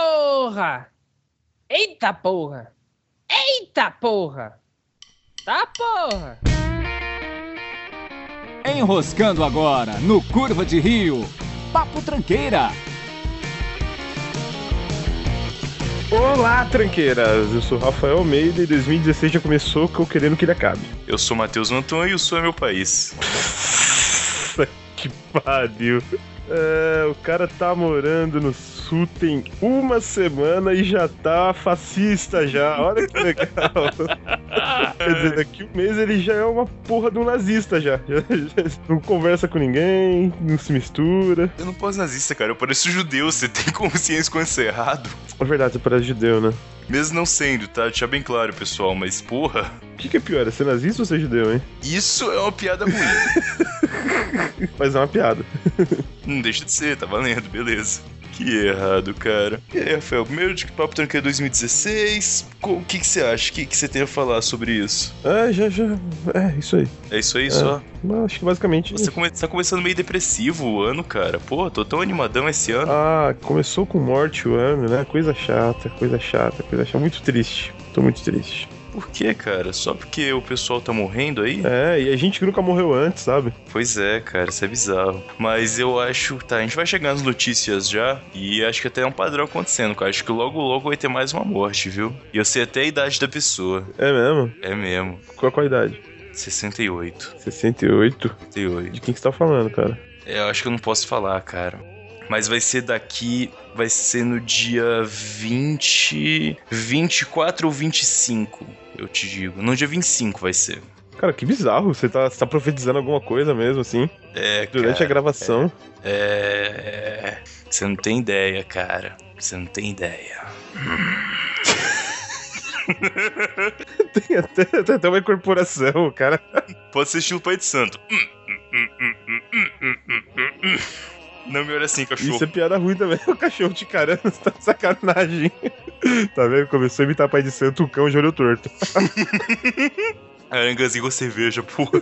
porra! Eita porra! Eita porra! Tá porra! Enroscando agora no Curva de Rio, Papo Tranqueira. Olá, tranqueiras! Eu sou Rafael Almeida e 2016 já começou com eu querendo que ele acabe. Eu sou Matheus Antônio e o Sul é meu país. Que pariu! É, o cara tá morando no sul tem uma semana e já tá fascista já. Olha que legal. Quer dizer, daqui um mês ele já é uma porra de um nazista já. Já- já- Não conversa com ninguém, não se mistura. Eu não posso nazista, cara. Eu pareço judeu. Você tem consciência quando isso é errado? É verdade, você parece judeu, né? Mesmo não sendo, tá? Deixar bem claro, pessoal. Mas, porra, O que, que é pior, é ser nazista ou ser judeu, hein? isso é uma piada ruim. Mas é uma piada. não deixa de ser, tá valendo, beleza. Que errado, cara. E aí, Rafael, primeiro de que Papo Tranqueira 2016. co- O que que você acha? O que que você tem a falar sobre isso? Ah, já, já. É, isso aí. É isso aí É. só? Mas acho que basicamente. Você come... tá começando meio depressivo o ano, cara. Pô, tô tão animadão esse ano. Ah, começou com morte o ano, né? Coisa chata, coisa chata, coisa chata. Muito triste. Tô muito triste. Por que, cara? Só porque o pessoal tá morrendo aí? É, e a gente que nunca morreu antes, sabe? Pois é, cara, isso é bizarro. Mas eu acho. Tá, a gente vai chegar nas notícias já. E acho que até é um padrão acontecendo, cara. Acho que logo logo vai ter mais uma morte, viu? E eu sei até a idade da pessoa. É mesmo? É mesmo. Qual a qualidade? 68. 68? 68. De quem que você tá falando, cara? É, eu acho que eu não posso falar, cara. Mas vai ser daqui. Vai ser no dia 20. 24 ou 25, eu te digo. No dia 25 vai ser. Cara, que bizarro. Você tá, você tá profetizando alguma coisa mesmo, assim? É, Durante a cara. gravação. É. Você não tem ideia, cara. Você não tem ideia. Tem até, tem até uma incorporação, cara. Pode ser estilo Pai de Santo. Hum, hum, hum, hum, hum, hum, hum, hum, hum. Não me olha assim, cachorro. Isso é piada ruim também. O cachorro de caramba, você tá de sacanagem. Tá vendo? Começou a imitar pai de santo, o cão já olhou torto. Arangas igual cerveja, porra.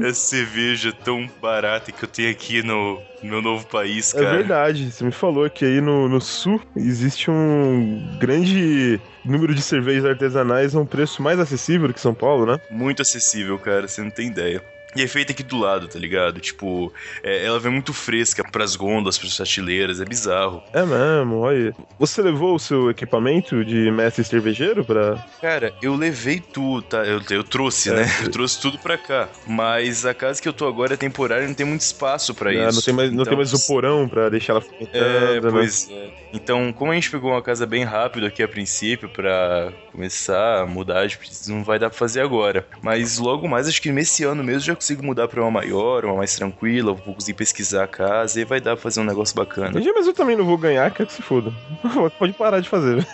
Essa cerveja tão barata que eu tenho aqui no no meu novo país, É cara. verdade, você me falou que aí no, no sul existe um grande número de cervejas artesanais a um preço mais acessível do que São Paulo, né? Muito acessível, cara, você não tem ideia. E é feita aqui do lado, tá ligado? Tipo, é, ela vem muito fresca pras gôndolas, pras prateleiras, é bizarro. É mesmo, olha. Você levou o seu equipamento de mestre cervejeiro pra. Cara, eu levei tudo, tá? Eu, eu trouxe, É. né? Eu trouxe tudo pra cá. Mas a casa que eu tô agora é temporária, não tem muito espaço pra Ah, isso. não tem mais, não tem Então, mais o porão pra deixar ela É, fermentando, né? pois é. Então, como a gente pegou uma casa bem rápido aqui a princípio pra começar a mudar, acho que não vai dar pra fazer agora. Mas logo mais, acho que nesse ano mesmo já consigo mudar pra uma maior, uma mais tranquila, vou conseguir pesquisar a casa e vai dar pra fazer um negócio bacana. Um dia, mas eu também não vou ganhar, quero que se foda. Pode parar de fazer. né?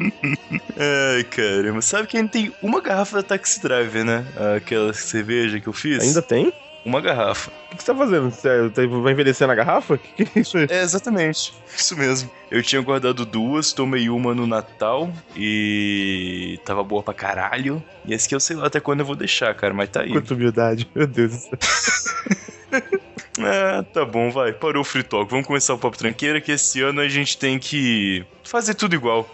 Ai, caramba. Sabe que ainda tem uma garrafa da Taxi Driver, né? Aquela cerveja que eu fiz. Ainda tem? O Uma garrafa. que você tá fazendo? Você tá- vai envelhecer na garrafa? O que, que é isso aí? É, exatamente. Isso mesmo. Eu tinha guardado duas, tomei uma no Natal e tava boa pra caralho. E esse que eu sei lá até quando eu vou deixar, cara, mas tá aí. Quanta humildade, meu Deus do céu. Ah, tá bom, vai. Parou o free talk. Vamos começar o Papo Tranqueira que esse ano a gente tem que fazer tudo igual.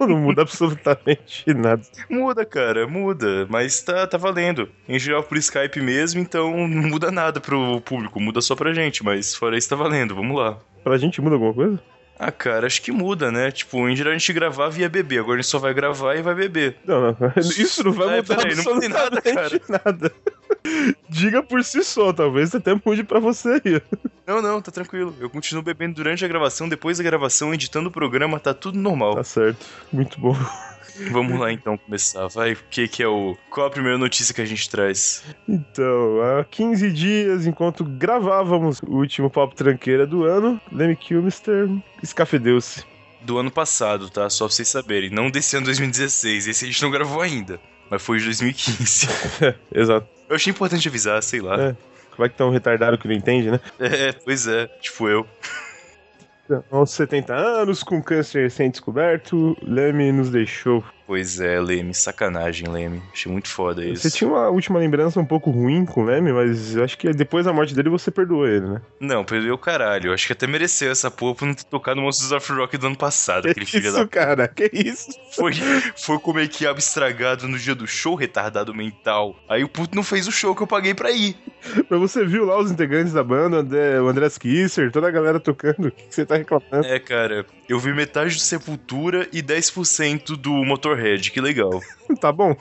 Não muda absolutamente nada. Muda, cara, muda. Mas tá, tá valendo. Em geral por Skype mesmo, então não muda nada pro público, muda só pra gente, mas fora isso tá valendo. Vamos lá. Pra gente muda alguma coisa? Ah, cara, acho que muda, né? Tipo, em geral a gente gravava e ia beber. Agora a gente só vai gravar e vai beber. Não, não. Isso não vai É, mudar peraí, não mudei nada, absolutamente nada. Diga por si só, talvez até mude pra você aí. Não, não, tá tranquilo. Eu continuo bebendo durante a gravação, depois da gravação, editando o programa, tá tudo normal. Tá certo. Muito bom. Vamos lá então começar, vai. O que que é o. Qual a primeira notícia que a gente traz? Então, há 15 dias, enquanto gravávamos o último Papo Tranqueira do ano, Lemmy Kilmister escafedeu-se. Do ano passado, tá? Só pra vocês saberem. Não desse ano 2016, esse a gente não gravou ainda. Mas foi de 2015. Exato. Eu achei importante avisar, sei lá. Vai que tá um retardado que não entende, né? É, pois é, tipo eu. Então, Aos 70 anos, com câncer recém descoberto, Lemmy nos deixou. Pois é, Leme, sacanagem, Leme. Achei muito foda isso. Você tinha uma última lembrança um pouco ruim com o Leme, mas eu acho que depois da morte dele você perdoou ele, né? Não, perdoei o caralho. Acho que até mereceu essa porra por não ter tocado no Monsters of Rock do ano passado, Tá aquele filho da. Isso, cara, que isso? Foi, foi comer quiabo estragado no dia do show, retardado mental. Aí o puto não fez o show que eu paguei pra ir. Mas você viu lá os integrantes da banda, o André, o Andrés Kisser, toda a galera tocando, o que que você tá reclamando? É, cara, eu vi metade do Sepultura e 10% do Motorhead, que legal. Tá bom?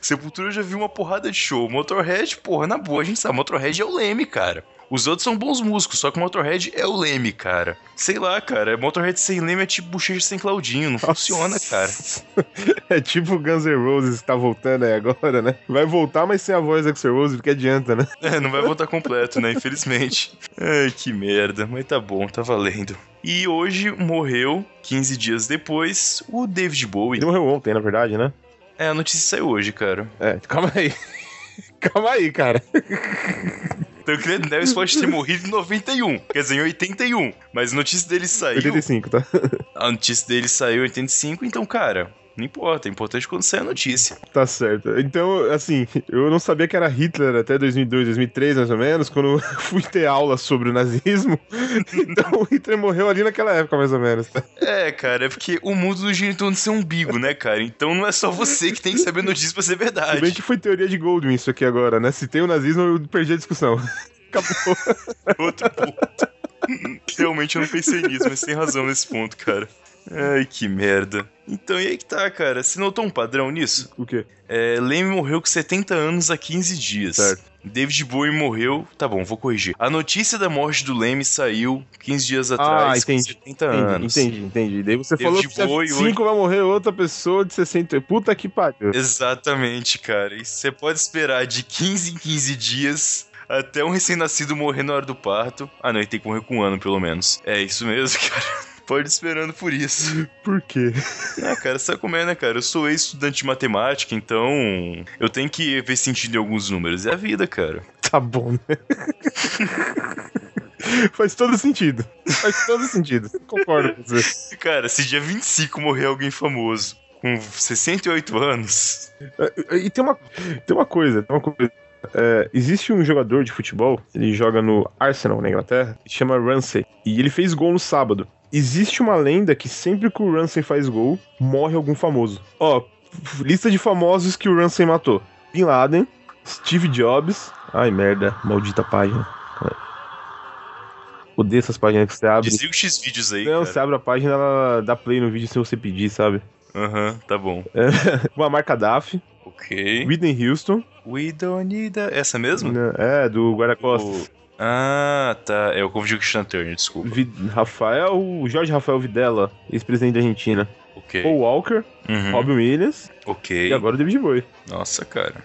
Sepultura eu já vi uma porrada de show. Motorhead, porra, na boa, a gente sabe, Motorhead é o Leme, cara. Os outros são bons músicos, só que o Motorhead é o Leme, cara. Sei lá, cara, Motorhead sem Leme é tipo bochecha sem Claudinho, não funciona, cara. É tipo o Guns N' Roses que tá voltando aí agora, né? Vai voltar, mas sem a voz da Axel Rose, porque adianta, né? É, não vai voltar completo, né? Infelizmente. Ai, que merda. Mas tá bom, tá valendo. E hoje morreu, 15 dias depois, o David Bowie. Ele morreu ontem, na verdade, né? É, a notícia saiu hoje, cara. É, calma aí. Calma aí, cara. Então o Clean Davis pode ter morrido em 91, quer dizer, em 81. Mas a notícia dele saiu. 85, tá? A notícia dele saiu em 85, então, cara, não importa. É importante quando sai a notícia. Tá certo. Então, assim, eu não sabia que era Hitler até 2002, 2003, mais ou menos, quando eu fui ter aula sobre o nazismo. Então, o Hitler morreu ali naquela época, mais ou menos. Tá? É, cara, é porque o mundo não gira em torno do seu umbigo, né, cara? Então não é só você que tem que saber a notícia pra ser Se bem verdade. que foi teoria de Goldwyn isso aqui agora, né? Se tem o nazismo, eu perdi a discussão. Acabou. Outro ponto. Realmente eu não pensei nisso, mas tem razão nesse ponto, cara. Ai, que merda. Então, e aí que tá, cara? Você notou um padrão nisso? O quê? É, Leme morreu com 70 anos há 15 dias. Certo. David Bowie morreu. Tá bom, vou corrigir. A notícia da morte do Leme saiu 15 dias atrás, Ah, entendi, com 70 Entendi, anos. entendi, Ah, entendi. Daí você falou David que Bowie, dia 5 vai morrer outra pessoa de 60. Puta que pariu. Exatamente, cara. E você pode esperar de 15 em 15 dias até um recém-nascido morrer na hora do parto. Ah, não, ele tem que morrer com um ano, pelo menos. É isso mesmo, cara. Pode ir esperando por isso. Por quê? Ah, cara, sabe como é, né, cara? Eu sou ex-estudante de matemática, então eu tenho que ver sentido em alguns números. É a vida, cara. Tá bom, né? Faz todo sentido. Faz todo sentido. Concordo com você. Cara, se dia 25 morrer alguém famoso com 68 anos. E tem uma, tem uma coisa, tem uma coisa. É, existe um jogador de futebol, ele joga no Arsenal na Inglaterra, que chama Ramsey, e ele fez gol no sábado. Existe uma lenda que sempre que o Ramsey faz gol, morre algum famoso. Ó, f- lista de famosos que o Ramsey matou: Bin Laden, Steve Jobs. Ai merda, maldita página. Calma aí. Odeio essas páginas que você abre. Desliga os X vídeos aí. Não, Não, você abre a página, ela dá play no vídeo se você pedir, sabe? Aham, tá bom. Uma marca DAF, Ok. Whitney Houston, We don't need a... Essa mesmo? Tipo, né, é, do guarda-costas, Ah, tá. É, eu confundi com o Sean Turner, desculpa. Vi- Rafael, o Jorge Rafael Videla, ex-presidente da Argentina, Ok. Paul Walker, Uhum. Robin Williams Ok. e agora o David Bowie. Nossa, cara.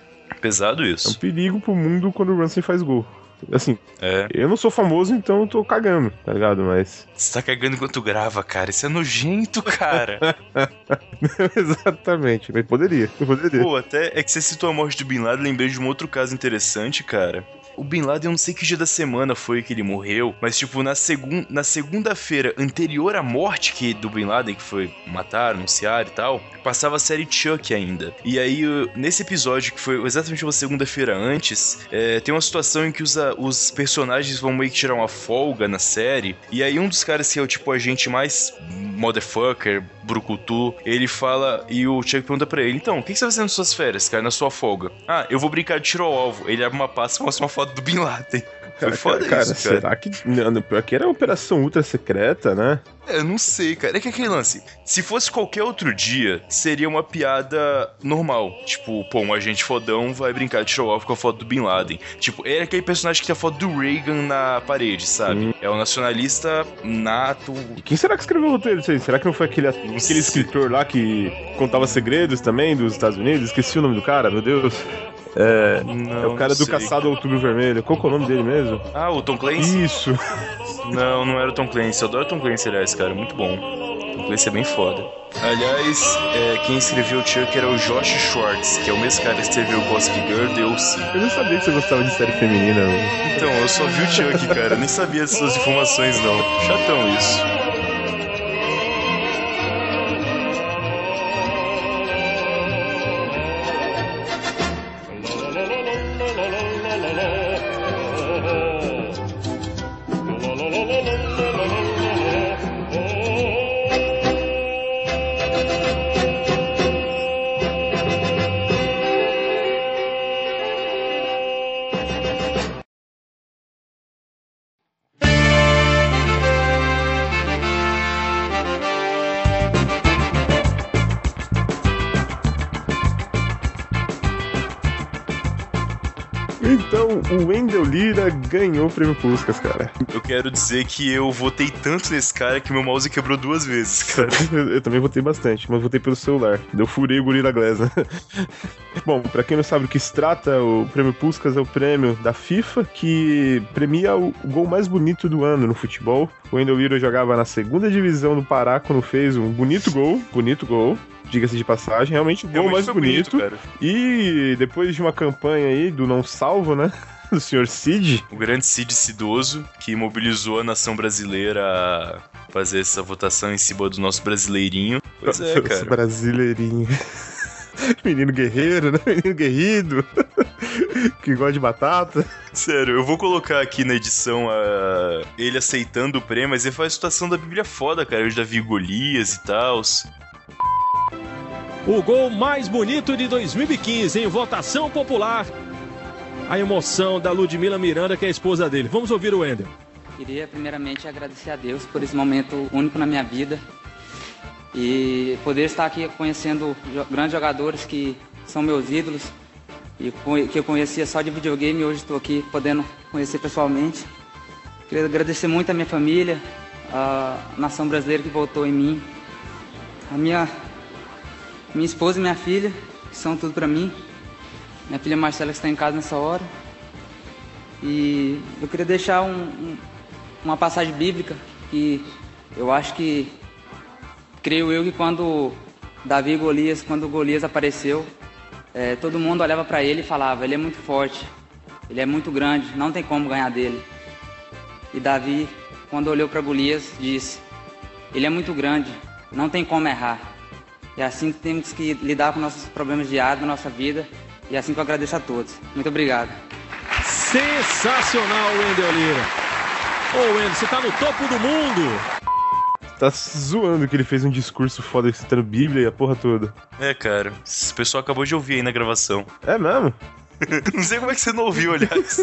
Pesado É um isso. perigo pro mundo quando o Ransom faz gol. Assim, É. eu não sou famoso, então eu tô cagando, tá ligado? Mas. Você tá cagando enquanto grava, cara. Isso é nojento, cara. Exatamente, mas poderia, eu poderia. Pô, até é que você citou a morte do Bin Laden, lembrei de um outro caso interessante, cara. O Bin Laden, eu não sei que dia da semana foi que ele morreu, mas, tipo, na, segun na segunda-feira anterior à morte que do Bin Laden, que foi matar, anunciar e tal, passava a série Chuck ainda. E aí, eu- nesse episódio, que foi exatamente uma segunda-feira antes, é, tem uma situação em que os, a- os personagens vão meio que tirar uma folga na série, e aí um dos caras que é o, tipo, agente mais motherfucker, brucutu, ele fala e o Chuck pergunta pra ele: Então, o que que você vai fazer nas suas férias, cara, na sua folga? Ah, eu vou brincar de tiro ao alvo. Ele abre uma pasta e mostra uma foto do Bin Laden. Foi foda cara, isso, cara. será que. Não, pior que era uma operação ultra secreta, né? É, Eu não sei, cara. É que aquele lance. Se fosse qualquer outro dia, seria uma piada normal. Tipo, pô, um agente fodão vai brincar de show off com a foto do Bin Laden. Tipo, era aquele personagem que tem a foto do Reagan na parede, sabe? Hum. É o nacionalista nato. E quem será que escreveu o roteiro disso aí? Será que não foi aquele, Não aquele sei. escritor lá que contava segredos também dos Estados Unidos? Esqueci o nome do cara, meu Deus. É, é o cara do Caçado ao Outubro Vermelho. Qual que é o nome dele mesmo? Ah, o Tom Clancy? Isso. Não, não era o Tom Clancy. Eu adoro Tom Clancy, aliás, cara. Muito bom. Tom Clancy é bem foda. Aliás, é, quem escreveu o Chuck era o Josh Schwartz, que é o mesmo cara que escreveu Gossip Girl, The OC. Eu não sabia que você gostava de série feminina. Então, eu só vi o Chuck, cara. Eu nem sabia dessas informações, não. Chatão isso. Então, o Wendel Lira ganhou o prêmio Puskas, cara. Eu quero dizer que eu votei tanto nesse cara que meu mouse quebrou duas vezes, cara. Eu também votei bastante, mas votei pelo celular. Eu furei o gorila Glass, né? Bom, pra quem não sabe o que se trata, o prêmio Puskas é o prêmio da FIFA que premia o gol mais bonito do ano no futebol. O Wendel Lira jogava na segunda divisão do Pará quando fez um bonito gol, bonito gol. Diga-se de passagem, realmente o gol Realmente mais foi bonito. cara. E depois de uma campanha aí do não salvo, né? Do senhor Cid, O grande Cid Cidoso, que mobilizou a nação brasileira a fazer essa votação em cima do nosso brasileirinho. Pois é, esse cara. brasileirinho. Menino guerreiro, né? Menino guerrido. Que gosta de batata. Sério, eu vou colocar aqui na edição a... ele aceitando o prêmio, mas ele faz citação da Bíblia foda, cara. Os Davi e Golias e tal. O gol mais bonito de 2015 em votação popular. A emoção da Ludmila Miranda, que é a esposa dele. Vamos ouvir o Wendel. Queria primeiramente agradecer a Deus por esse momento único na minha vida e poder estar aqui conhecendo jo- grandes jogadores que são meus ídolos e co- que eu conhecia só de videogame e hoje estou aqui podendo conhecer pessoalmente. Queria agradecer muito a minha família, a nação brasileira que votou em mim, a minha, minha esposa e minha filha, que são tudo para mim, minha filha Marcela que está em casa nessa hora. E eu queria deixar um- um- uma passagem bíblica que eu acho que, creio eu, que quando Davi e Golias, quando Golias apareceu, eh, todo mundo olhava para ele e falava: ele é muito forte, ele é muito grande, não tem como ganhar dele. E Davi, quando olhou para Golias, disse: ele é muito grande, não tem como errar. E assim temos que lidar com nossos problemas diários da nossa vida. E assim que eu agradeço a todos. Muito obrigado. Sensacional, Wendel Lira. Ô, Wendel, você tá no topo do mundo. Tá zoando que ele fez um discurso foda citando Bíblia e a porra toda. É, cara. Esse pessoal acabou de ouvir aí na gravação. É mesmo? Não sei como é que você não ouviu, aliás.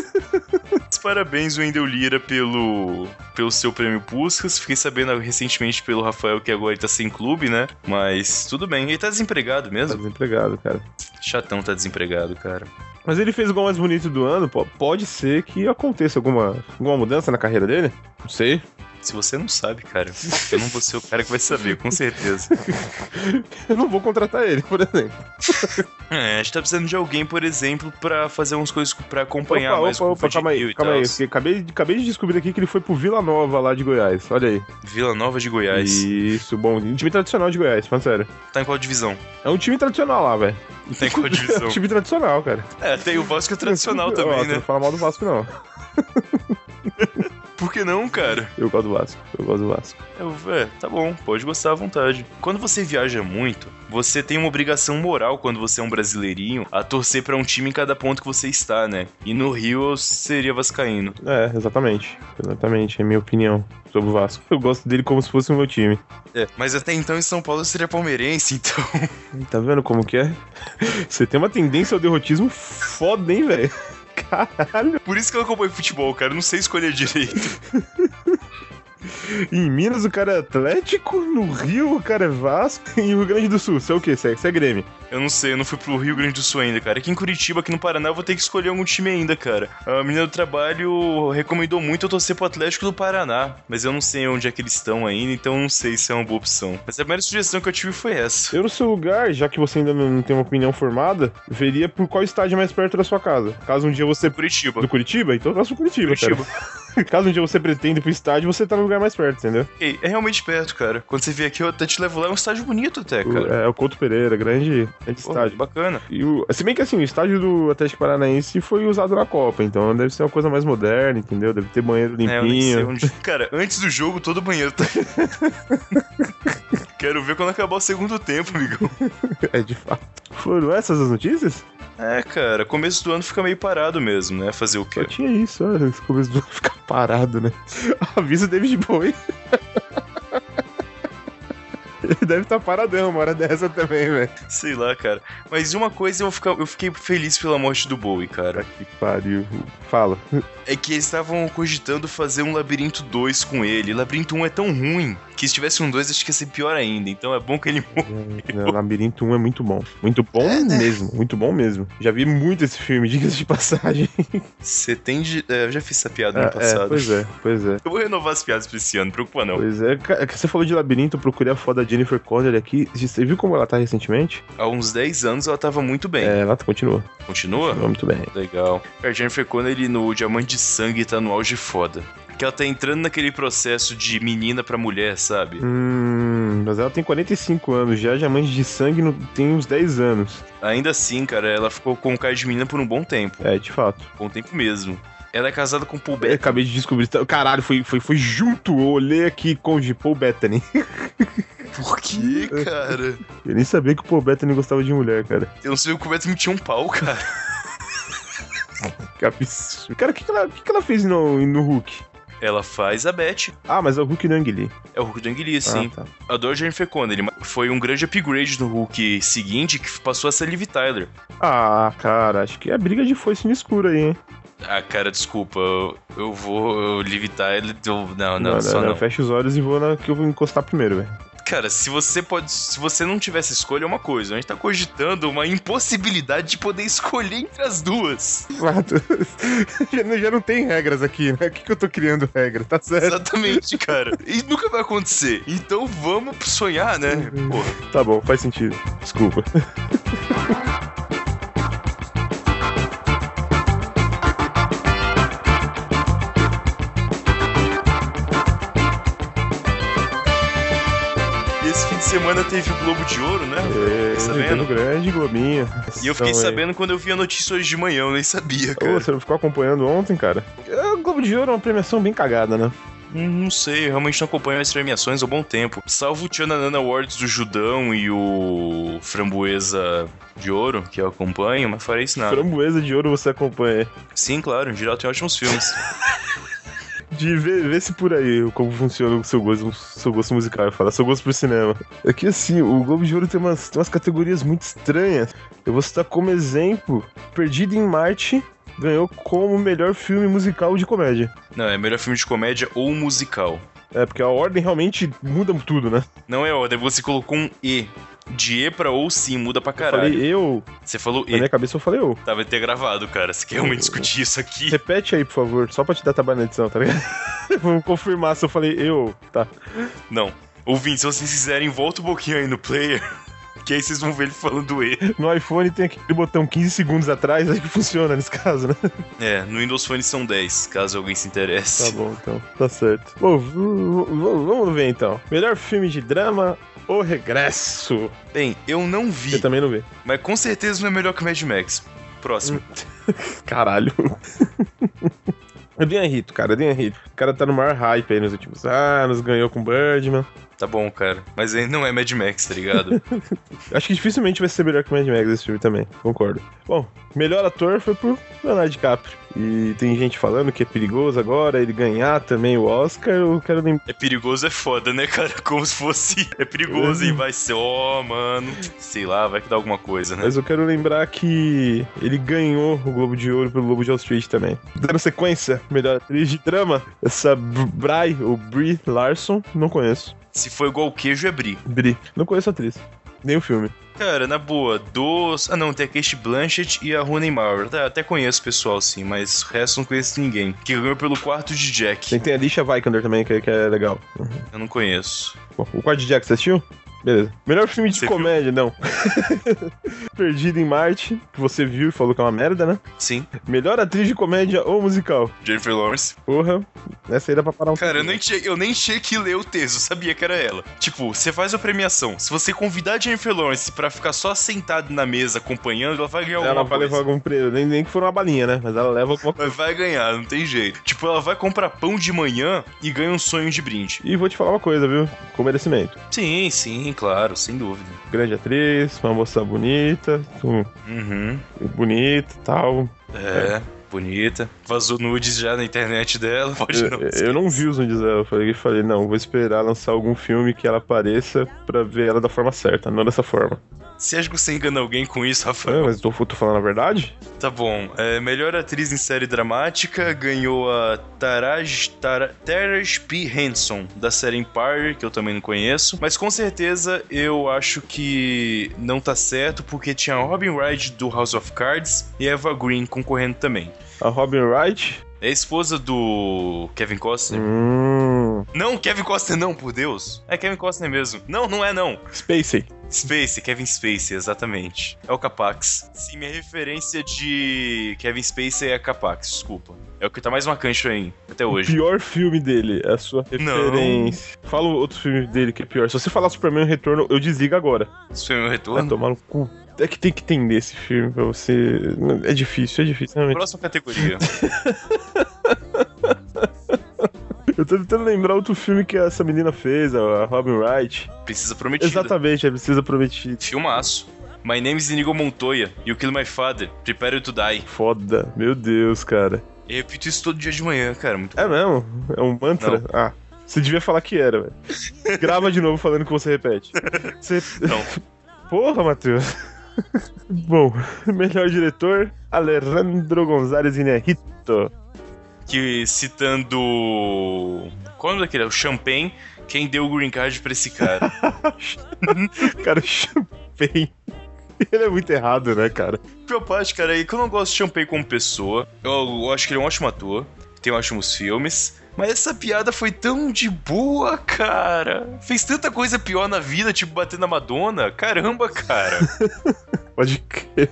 Mas Parabéns, Wendel Lira, pelo, pelo seu prêmio Puskas. Fiquei sabendo recentemente pelo Rafael que agora ele tá sem clube, né? Mas tudo bem. Ele tá desempregado Tá mesmo? desempregado, cara. Chatão tá desempregado, cara. Mas ele fez o gol mais bonito do ano. po- Pode ser que aconteça alguma, alguma mudança na carreira dele? Não sei. Se você não sabe, cara, eu não vou ser o cara que vai saber, com certeza. Eu não vou contratar ele, por exemplo. É, a gente tá precisando de alguém, por exemplo, pra fazer umas coisas pra acompanhar opa, mais opa, o opa, Covid calma Hill aí, e calma aí. tals. porque Acabei, de- acabei de descobrir aqui que ele foi pro Vila Nova lá de Goiás. Olha aí. Vila Nova de Goiás. Isso, bom. Um time tradicional de Goiás, mas sério. Tá em qual divisão? É um time tradicional lá, velho. Tá em qual É um divisão? time tradicional, cara. é, tem o Vasco tradicional Ó, também, tu Não né? fala mal do Vasco, não. Por que não, cara? Eu gosto do Vasco. Eu gosto do Vasco. Eu, é, tá bom, pode gostar à vontade. Quando você viaja muito, você tem uma obrigação moral quando você é um brasileirinho a torcer pra um time em cada ponto que você está, né? E no Rio eu seria vascaíno. É, exatamente. Exatamente. É a minha opinião sobre o Vasco. Eu gosto dele como se fosse o meu time. É, mas até então em São Paulo eu seria palmeirense, então. Tá vendo como que é? Você tem uma tendência ao derrotismo foda, hein, velho? Caralho. Por isso que eu acompanho futebol, cara, eu não sei escolher direito. Em Minas o cara é Atlético, no Rio o cara é Vasco e no Rio Grande do Sul. Você é o quê? Você é, você é Grêmio. Eu não sei, eu não fui pro Rio Grande do Sul ainda, cara. Aqui em Curitiba, aqui no Paraná, eu vou ter que escolher algum time ainda, cara. A menina do trabalho recomendou muito eu torcer pro Atlético do Paraná, mas eu não sei onde é que eles estão ainda, então eu não sei se é uma boa opção. Mas a primeira sugestão que eu tive foi essa. Eu, no seu lugar, já que você ainda não tem uma opinião formada, veria por qual estádio é mais perto da sua casa. Caso um dia você. Curitiba. Do Curitiba? Então eu gosto do Curitiba, cara. Curitiba. Caso um dia você pretenda ir pro estádio, você tá no lugar mais perto, entendeu? Ei, é realmente perto, cara. Quando você vem aqui, eu até te levo lá, é um estádio bonito até, O- cara. é o Couto Pereira, grande, grande Pô, estádio. bacana. E o- se bem que assim, o estádio do Atlético Paranaense foi usado na Copa, então deve ser uma coisa mais moderna, entendeu? Deve ter banheiro É, eu nem sei limpinho. onde... Cara, antes do jogo, todo banheiro tá. Quero ver quando acabar o segundo tempo, amigão. É, de fato. Foram essas as notícias? É, cara, começo do ano fica meio parado mesmo, né? Fazer o Só quê? tinha isso, ó, esse começo do ano ficar parado, né? Avisa o David Bowie. Ele deve estar paradão uma hora dessa também, velho. Sei lá, cara. Mas uma coisa eu, fica- eu fiquei feliz pela morte do Bowie, cara. Que pariu. Fala. É que eles estavam cogitando fazer um Labirinto 2 com ele. Labirinto 1 é tão ruim que se tivesse um 2 acho que ia ser pior ainda. Então é bom que ele morra. Não, Labirinto 1 é muito bom. Muito bom mesmo, muito bom mesmo. Já vi muito esse filme, diga-se de passagem. Você tem. de- é, eu já fiz essa piada É, no passado. é, pois é, pois é. Eu vou renovar as piadas pra esse ano, não preocupa não. Pois é, Ca- que você falou de labirinto, eu procurei a foda da Jennifer Connelly aqui. Você viu como ela tá recentemente? Há uns 10 anos ela tava muito bem. É, ela continua. Continua? Continua muito bem. Legal. A Jennifer Connelly no Diamante de Sangue tá no auge foda. Que ela tá entrando naquele processo de menina pra mulher, sabe? Hum, mas ela tem 45 anos, já diamante de sangue não- tem uns 10 anos. Ainda assim, cara, ela ficou com cara de menina por um bom tempo. Um É, de fato. Bom tempo mesmo. Ela é casada com Paul Eu Beck. acabei de descobrir. tá- Caralho, foi, foi, foi junto. Eu olhei aqui com o de Paul Bettany. É, Por quê, cara? Eu nem sabia que o Paul Bettany gostava de mulher, cara. Eu não sei como é que me tinha um pau, cara. Que absurdo. Cara, o que, que, ela- o que que ela fez no, no Hulk? Ela faz a Beth. Ah, mas é o Hulk do Ang Lee. É o Hulk do Anguili, sim. Ah, tá. Adoro Jennifer Connelly, mas foi um grande upgrade no Hulk seguinte que passou a ser Liv Tyler. Ah, cara, acho que é briga de foice no escuro aí, hein? Ah, cara, desculpa. Eu, eu vou. Eu, Liv Tyler. eu- não, não, só não. né, Fecha os olhos e vou na que eu vou encostar primeiro, velho. Cara, se você pode. Se você não tivesse escolha, é uma coisa. A gente tá cogitando uma impossibilidade de poder escolher entre as duas. Exato. já, não- já não tem regras aqui, né? O que, que eu tô criando regra? Tá certo. Exatamente, cara. E nunca vai acontecer. Então vamos sonhar, né? Porra. Tá bom, faz sentido. Desculpa. E esse fim de semana teve o Globo de Ouro, né? É, sabendo? Rio grande, Globinho. E eu Então, fiquei aí. sabendo quando eu vi a notícia hoje de manhã, eu nem sabia, Ô, cara. você não ficou acompanhando ontem, cara? É, O Globo de Ouro é uma premiação bem cagada, né? Hum, Não sei, eu realmente não acompanho as premiações há um bom tempo. Salvo o Tiananana Awards do Judão e o Framboesa de Ouro, que eu acompanho, mas farei isso nada. Framboesa de Ouro você acompanha. Sim, claro, em geral tem ótimos filmes. De ver, vê se por aí como funciona o seu gosto, seu gosto musical, eu falo, seu gosto pro cinema. É que assim, o Globo de Ouro tem umas, tem umas categorias muito estranhas. Eu vou citar como exemplo: Perdido em Marte ganhou como melhor filme musical de comédia. não, é melhor filme de comédia ou musical. É, porque a ordem realmente muda tudo, né? Não é ordem, você colocou um E. De E pra ou sim, muda pra Eu caralho. Falei eu, Você falou na E. minha cabeça eu falei eu. Tá, vai ter gravado, cara. Você quer realmente discutir isso aqui? Repete aí, por favor, só pra te dar trabalho na edição, tá ligado? Vamos confirmar se eu falei eu, tá? Não. Ouvintes, se vocês quiserem, volta um pouquinho aí no player. Que aí vocês vão ver ele falando E. No iPhone tem aquele botão 15 segundos atrás, aí que funciona nesse caso, né? É, no Windows Phone são 10, caso alguém se interesse. Tá bom, então. Tá certo. Bom, v- v- vamos ver então. Melhor filme de drama, O Regresso. Bem, eu não vi, Eu também não vi. mas com certeza não é melhor que Mad Max. Próximo. Hum. Caralho. Adrian Rito, cara, Adrian Rito. O cara tá no maior hype aí nos últimos anos, ganhou com Birdman. Tá bom, cara. Mas aí não é Mad Max, tá ligado? Acho que dificilmente vai ser melhor que Mad Max esse filme também, concordo. Bom, melhor ator foi pro Leonardo DiCaprio. E tem gente falando que é perigoso agora ele ganhar também o Oscar. Eu quero lembrar. é perigoso, é foda, né, cara? Como se fosse. É perigoso e vai ser, ó, mano. Sei lá, vai que dá alguma coisa, né? Mas eu quero lembrar que ele ganhou o Globo de Ouro pelo Globo de Wall Street também. Dando sequência, melhor atriz de drama, essa Br- Bry, ou Brie Larson, não conheço. Se for igual o queijo, é bri. Brie, não conheço a atriz. Nem o filme. Cara, na boa, dos. Ah, não, tem a Kate Blanchett e a Rooney Mara. Tá, até conheço o pessoal, sim, mas o resto não conheço ninguém. Que ganhou pelo quarto de Jack. Tem, tem a Alicia Vikander também, que, que é legal. Eu não conheço. Bom, o quarto Jack, você assistiu? Beleza. Melhor filme de Você viu? comédia, não. Perdido em Marte, que você viu e falou que é uma merda, né? Sim, Melhor atriz de comédia ou musical? Jennifer Lawrence. Porra, essa aí dá pra parar um Cara, eu pouquinho. nem, tinha, eu nem tinha que ler o texto, eu sabia que era ela. Tipo, você faz a premiação. Se você convidar a Jennifer Lawrence pra ficar só sentada na mesa acompanhando, ela vai ganhar Ela alguma vai coisa. levar algum prêmio, nem, nem que for uma balinha, né? Mas ela leva alguma Mas vai ganhar, não tem jeito. Tipo, ela vai comprar pão de manhã e ganha um sonho de brinde. E vou te falar uma coisa, viu? Com merecimento. Sim, sim, Sim, claro, sem dúvida. Grande atriz, uma moça bonita, um- Uhum. bonito e tal. É, bonita. Vazou nudes já na internet dela. Pode não. Eu, eu não vi os nudes dela, eu falei, eu falei, não, vou esperar lançar algum filme que ela apareça pra ver ela da forma certa, não dessa forma. Você acha que você engana alguém com isso, Ah, Rafael? mas eu tô, tô falando a verdade? Tá bom. É, melhor atriz em série dramática ganhou a Taraj, Tara, Teraj P. Hanson, da série Empire, que eu também não conheço. Mas com certeza eu acho que não tá certo, porque tinha a Robin Wright do House of Cards e a Eva Green concorrendo também. A Robin Wright? É a esposa do Kevin Costner. Hum. Não, Kevin Costner não, por Deus. É Kevin Costner mesmo. Não, não é não. Spacey. Spacey, Kevin Spacey, exatamente. É o Capax. Sim, minha referência de Kevin Spacey é Capax, desculpa. É o que tá mais marcante pra mim, até O hoje. pior filme dele, é a sua Não. referência. Fala outro filme dele que é pior. Se você falar Superman Retorno, eu desligo agora. Isso foi meu Vai retorno. tomar no cu. É que tem que entender esse filme pra você. É difícil, é difícil, realmente. Próxima categoria. Eu tô tentando lembrar outro filme que essa menina fez, a Robin Wright. Precisa prometida. Exatamente, é Precisa Prometida. Filmaço. My name is Inigo Montoya. You kill my father. Prepare you to die. Foda, meu Deus, cara. Eu repito isso todo dia de manhã, cara. Muito... É mesmo? É um mantra? Não. Ah, você devia falar que era, velho. Grava de novo falando que você repete. Você... Não. Porra, Matheus. Bom, melhor diretor, Alejandro González Iñárritu. Que citando. Qual é o nome daquele? O Champagne. Quem deu o green card pra esse cara? Cara, champanhe. Ele é muito errado, né, cara? Pior parte, cara, é que eu não gosto de Champagne como pessoa. Eu, eu acho que ele é um ótimo ator, tem ótimos filmes. Mas essa piada foi tão de boa, cara. Fez tanta coisa pior na vida, tipo bater na Madonna. Caramba, cara. Pode crer.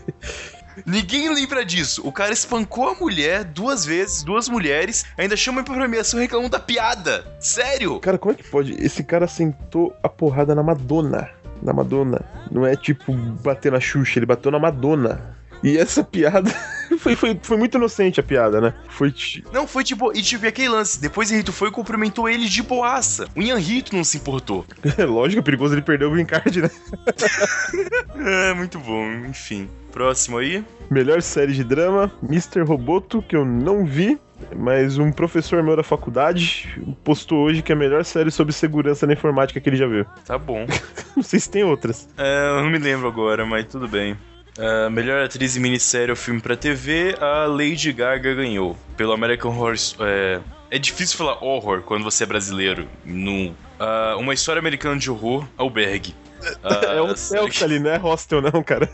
Ninguém lembra disso. O cara espancou a mulher duas vezes, duas mulheres, ainda chama pra premiação e reclama da piada. Sério? Cara, como é que pode? Esse cara sentou a porrada na Madonna. Na Madonna. Não é tipo bater na Xuxa, ele bateu na Madonna. E essa piada. foi, foi, foi muito inocente a piada, né? Foi. ti- Não, foi de boa. E tipo, e aquele lance. Depois Rito foi e cumprimentou ele de boaça. O Ian Rito não se importou. É lógico, é perigoso ele perder o green card, né? É, muito bom. Enfim. Próximo aí. Melhor série de drama, Mr. Roboto, que eu não vi, mas um professor meu da faculdade postou hoje que é a melhor série sobre segurança na informática que ele já viu. Tá bom. Não sei se tem outras. É, eu não me lembro agora, mas tudo bem. É, melhor atriz em minissérie ou filme pra TV, a Lady Gaga ganhou. Pelo American Horror... S- É, é difícil falar horror quando você é brasileiro. No, Ah, uma história americana de horror, Albergue. Ah, é o céu que tá ali, não é hostel, não, cara.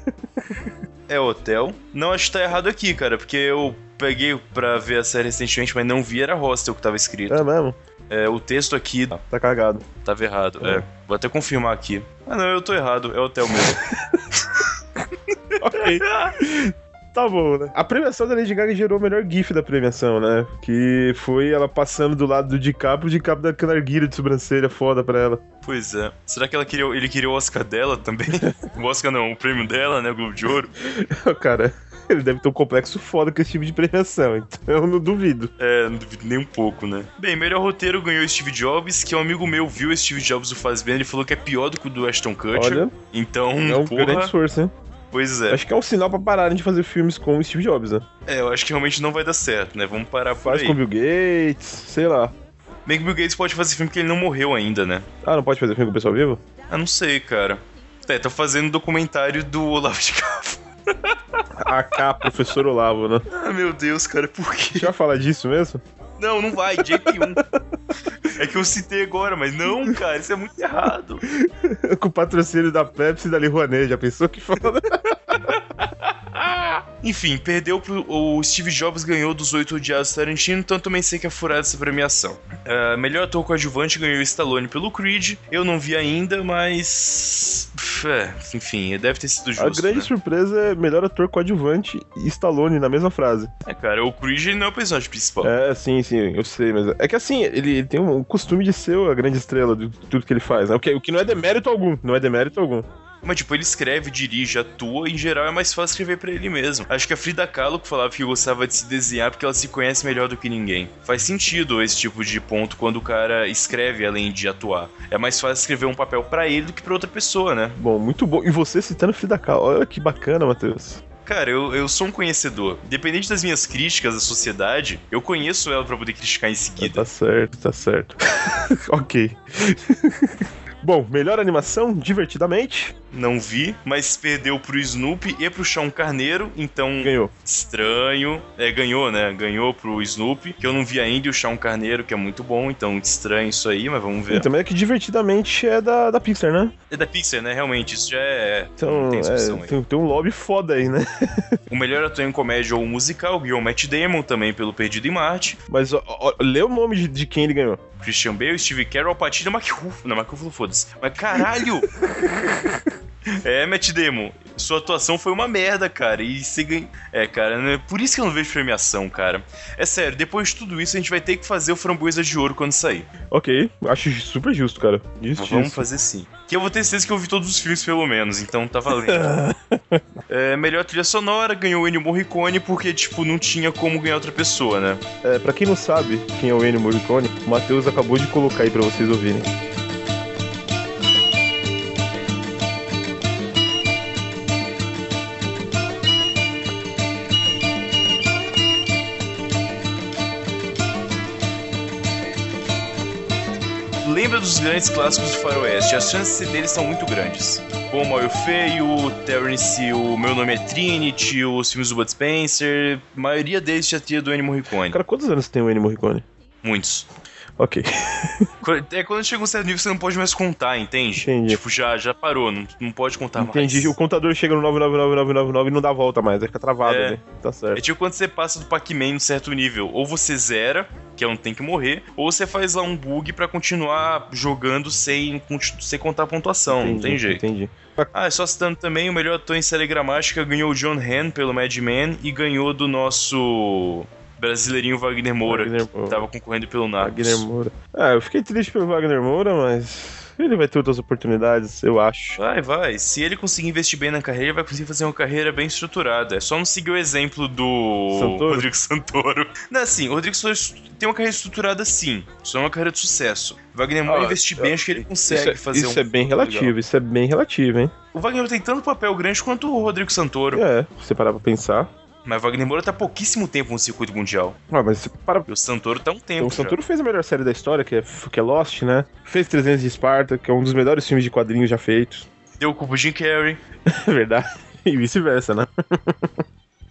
É hotel. Não acho que tá errado aqui, cara, porque eu peguei pra ver a série recentemente, mas não vi, era hostel que tava escrito. É mesmo? É, o texto aqui Tá cagado. tava errado. É. Vou até confirmar aqui. Ah, não, eu tô errado. É hotel mesmo. Ok. Tá bom, né? A premiação da Lady Gaga gerou o melhor gif da premiação, né? Que foi ela passando do lado do DiCaprio, o DiCaprio dando aquela narguilha de sobrancelha foda pra ela. Pois é. Será que ela queria, ele queria o Oscar dela também? o Oscar não, o prêmio dela, né? O Globo de Ouro. Então, Cara, ele deve ter um complexo foda com esse tipo de premiação, então eu não duvido. É, não duvido nem um pouco, né? Bem, melhor roteiro ganhou Steve Jobs, que um amigo meu viu esse Steve Jobs do Fazbender e falou que é pior do que o do Ashton Kutcher. Olha, então, é um grande porra, esforço, hein? pois é. Acho que é um sinal pra pararem de fazer filmes com o Steve Jobs, né? É, eu acho que realmente não vai dar certo, né? Vamos parar por Faz aí. com o Bill Gates, sei lá. Bem que Bill Gates pode fazer filme que ele não morreu ainda, né? Ah, não pode fazer filme com o pessoal vivo? Ah, não sei, cara. É, tá fazendo documentário do Olavo de Carvalho. AK, professor Olavo, né? Ah, meu Deus, cara, por quê? Deixa eu falar disso mesmo? Não, não vai, de jeito nenhum. É que eu citei agora, mas não, cara, isso é muito errado. com o patrocínio da Pepsi e da Liruanê, já pensou que foda? Enfim, perdeu pro. O Steve Jobs ganhou dos oito odiados do Tarantino, então também sei que é furada essa premiação. Ah, melhor ator coadjuvante ganhou Stallone pelo Creed. Eu não vi ainda, mas. Pff, É, enfim, deve ter sido justo. A grande né? surpresa é melhor ator coadjuvante e Stallone na mesma frase. É, cara, o Creed ele não é o personagem principal. É, sim, sim, eu sei, mas é que assim, ele, ele tem um costume de ser a grande estrela de tudo que ele faz, né? O que, o que não é demérito algum, não é demérito algum. Mas, tipo, ele escreve, dirige, atua, e, em geral é mais fácil escrever pra ele mesmo. Acho que a Frida Kahlo que falava que gostava de se desenhar porque ela se conhece melhor do que ninguém. Faz sentido esse tipo de ponto quando o cara escreve além de atuar. É mais fácil escrever um papel pra ele do que pra outra pessoa, né? Bom, muito bom. E você citando Frida Kahlo, olha que bacana, Matheus. Cara, eu, eu sou um conhecedor. Independente das minhas críticas à sociedade, eu conheço ela pra poder criticar em Ah, seguida. Tá certo, tá certo. ok. Bom, melhor animação, divertidamente, Não vi, mas perdeu pro Snoopy e pro Chão Carneiro, então ganhou. estranho. É, ganhou, né? Ganhou pro Snoopy, que eu não vi ainda, e o Chão Carneiro, que é muito bom, então estranho isso aí, mas vamos ver. E também é que divertidamente é da, da Pixar, né? É da Pixar, né? Realmente, isso já é. Então, não tem discussão é, aí. tem, tem um lobby foda aí, né? O melhor ator em comédia ou musical ganhou Matt Damon também pelo Perdido em Marte. Mas ó, ó, lê o nome de, de quem ele ganhou. Christian Bale, Steve Carell, Al Pacino, Mark Ruffalo. Não, Mark Ruffalo, foda-se. Mas caralho! é, Matt Damon, sua atuação foi uma merda, cara. E você ganha... É, cara, né? por isso que eu não vejo premiação, cara. É sério, depois de tudo isso, a gente vai ter que fazer o Framboesa de Ouro quando sair. Ok, acho super justo, cara. Justo, Mas vamos justo. fazer sim. Que eu vou ter certeza que eu vi todos os filmes, pelo menos, então tá valendo. é, melhor trilha sonora, ganhou o Ennio Morricone, porque, tipo, não tinha como ganhar outra pessoa, né? É, pra quem não sabe quem é o Ennio Morricone, o Matheus acabou de colocar aí pra vocês ouvirem. Lembra dos grandes clássicos do faroeste, as chances de ser deles são muito grandes. Bom, Mal e o Feio, Terence, o Meu Nome é Trinity, os filmes do Bud Spencer, a maioria deles já tinha do Ennio Morricone. Cara, quantos anos tem o Ennio Morricone? Muitos. Ok. Qu- É quando chega um certo nível você não pode mais contar, entende? Entendi. Tipo, já, já parou, não, não pode contar Entendi. O Tá mais. contador chega no 99999 e não dá volta mais, aí fica travado É. ali. Tá É certo. tipo quando você passa do Pac-Man num certo nível. Ou você zera, que é um tem que morrer, ou você faz lá um bug pra continuar jogando sem, conti- sem contar a pontuação. não é um, tem jeito. Entendi. Ah, só citando também, o melhor ator em série gramática ganhou o John Han pelo Mad Men e ganhou do nosso brasileirinho Wagner Moura, Wagner que Moura. tava concorrendo pelo Narcos. Wagner Moura. Ah, eu fiquei triste pelo Wagner Moura, mas ele vai ter outras oportunidades, eu acho. Vai, vai. Se ele conseguir investir bem na carreira, vai conseguir fazer uma carreira bem estruturada. É só não seguir o exemplo do Santoro? Rodrigo Santoro. Não, assim, o Rodrigo Santoro est- tem uma carreira estruturada sim, só é uma carreira de sucesso. Wagner Moura Ah, investir bem, acho que ele Isso, consegue é, fazer isso um. é bem legal. relativo, isso é bem relativo, hein? O Wagner Moura tem tanto papel grande quanto o Rodrigo Santoro. É, se você parar pra pensar. Mas Wagner Moura tá pouquíssimo tempo no circuito mundial. Ah, mas se para E o Santoro tá um Então, tempo. o já. Santoro fez a melhor série da história, que é, que é Lost, né? Fez 300 de Esparta, que é um dos melhores filmes de quadrinhos já feitos. Deu o cubo Jim Carrey. É verdade. E vice-versa, né?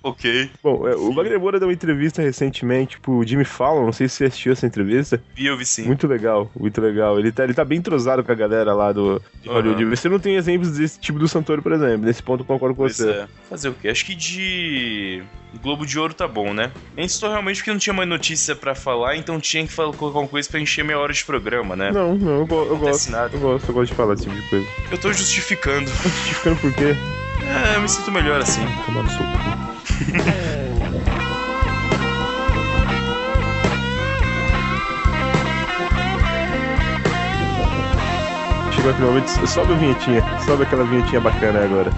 Ok. Bom, é, o Wagner Moura deu uma entrevista recentemente pro Jimmy Fallon, não sei se você assistiu essa entrevista. Vi, eu vi sim. Muito legal, muito legal. Ele tá, ele tá bem entrosado com a galera lá do de Aham. Hollywood. Você não tem exemplos desse tipo do Santoro, por exemplo. Nesse ponto eu concordo com Pois você. é. Fazer o quê? Acho que de Globo de Ouro tá bom, né? A gente só realmente porque não tinha mais notícia pra falar, então tinha que falar, colocar uma coisa pra encher meia hora de programa, né? Não, não, eu, go- eu acontece gosto. nada. Eu gosto, eu gosto de falar esse tipo de coisa. Eu tô justificando. Justificando por quê? É, eu me sinto melhor assim. Tomar no seu cu. Chegou aquele momento, sobe a vinhetinha, sobe aquela vinhetinha bacana agora.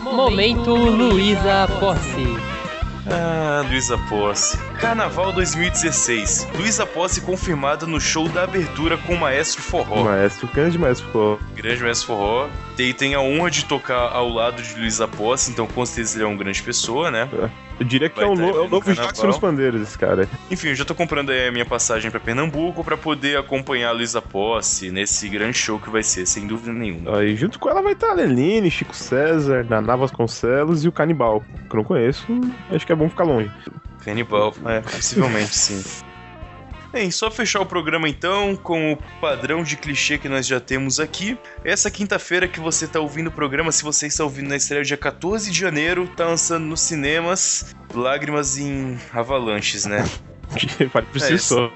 Momento Luísa Posse. Ah, Luísa Posse. Carnaval 2016. Luísa Posse confirmada no show da abertura com o Maestro Forró. Maestro, grande maestro, pô. grande mestre forró. Tem, tem a honra de tocar ao lado de Luiz Aposta, então com certeza ele é uma grande pessoa, né? Eu diria que Vai é o tá novo, aí é o no novo carnaval. Jackson nos pandeiros, esse cara. Enfim, eu já tô comprando aí a minha passagem pra Pernambuco pra poder acompanhar a Luísa Posse nesse grande show que vai ser, sem dúvida nenhuma. Aí junto com ela vai estar a Leline, Chico César, Naná Vasconcelos e o Canibal. Que eu não conheço, acho que é bom ficar longe. Canibal, é, possivelmente sim. Bem, só fechar o programa então com o padrão de clichê que nós já temos aqui. Essa quinta-feira que você tá ouvindo o programa, se você está ouvindo na estreia dia 14 de janeiro, tá lançando nos cinemas Lágrimas em Avalanches, né? Vale por É si isso. só.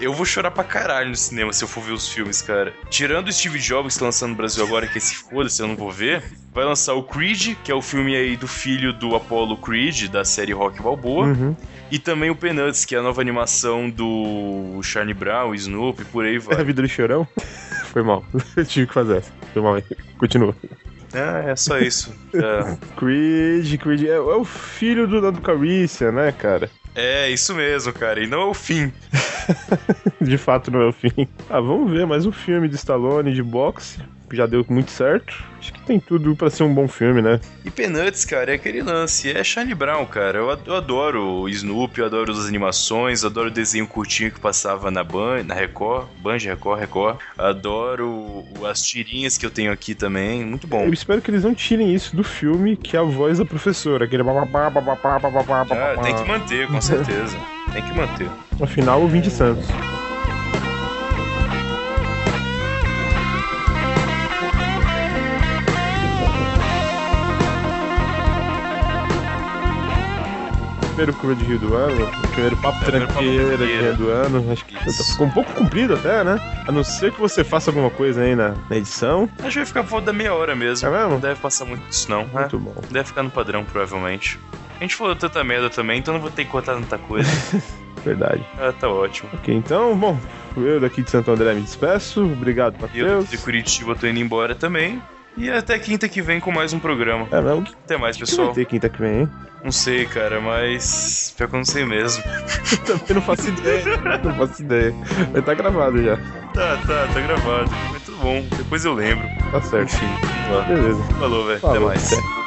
Eu vou chorar pra caralho no cinema se eu for ver os filmes, cara. Tirando o Steve Jobs que tá lançando no Brasil agora, que esse foda-se, eu não vou ver. Vai lançar o Creed, que é o filme aí do filho do Apollo Creed, da série Rock Balboa. Uhum. E também o Peanuts, que é a nova animação do Charlie Brown, Snoopy, por aí É a vai. vida do chorão? Foi mal. Eu tive que fazer essa. Foi mal aí. Continua. É, é só isso. Já- Creed, Creed. É, é o filho do Nando Calrissian, né, cara? É, isso mesmo, cara. E não é o fim. De fato não é o fim. Ah, vamos ver mais um filme de Stallone de boxe. Já deu muito certo. Acho que tem tudo pra ser um bom filme, né? E Peanuts, cara, é aquele lance. É Charlie Brown, cara. Eu ad- eu adoro o Snoopy, eu adoro as animações, adoro o desenho curtinho que passava na Band, na Record, Band, Record, Record. Adoro o- as tirinhas que eu tenho aqui também. Muito bom. Eu espero que eles não tirem isso do filme, que é a voz da professora. Aquele bababá, bababá, bababá, Ah, bababá. tem que manter, né? com certeza. Tem que manter. Afinal, o Vin de Santos. Primeiro curva de Rio do ano, primeiro papo primeiro papo tranqueira de tranqueira. Rio do ano. Acho que Isso. ficou um pouco comprido até, né? A não ser que você faça alguma coisa aí na, na edição. Acho que vai ficar por volta da meia hora mesmo. É mesmo? Não deve passar muito disso, não. né? Muito bom. Deve ficar no padrão, provavelmente. A gente falou tanta merda também, então não vou ter que cortar tanta coisa. Verdade. ah, tá ótimo. Ok, então, bom, eu daqui de Santo André me despeço. Obrigado, E eu Matheus. de Curitiba tô indo embora também. E até quinta que vem com mais um programa. É, não, o que Até mais, que vai pessoal. ter quinta que vem, hein? Não sei, cara, mas. Pior que eu não sei mesmo. Também não faço ideia. Não faço ideia. Mas tá gravado já. Tá, tá, tá gravado. Muito bom. Depois eu lembro. Tá certo. Enfim, vamos lá. Beleza. Falou, velho. Até Falou. mais. Até.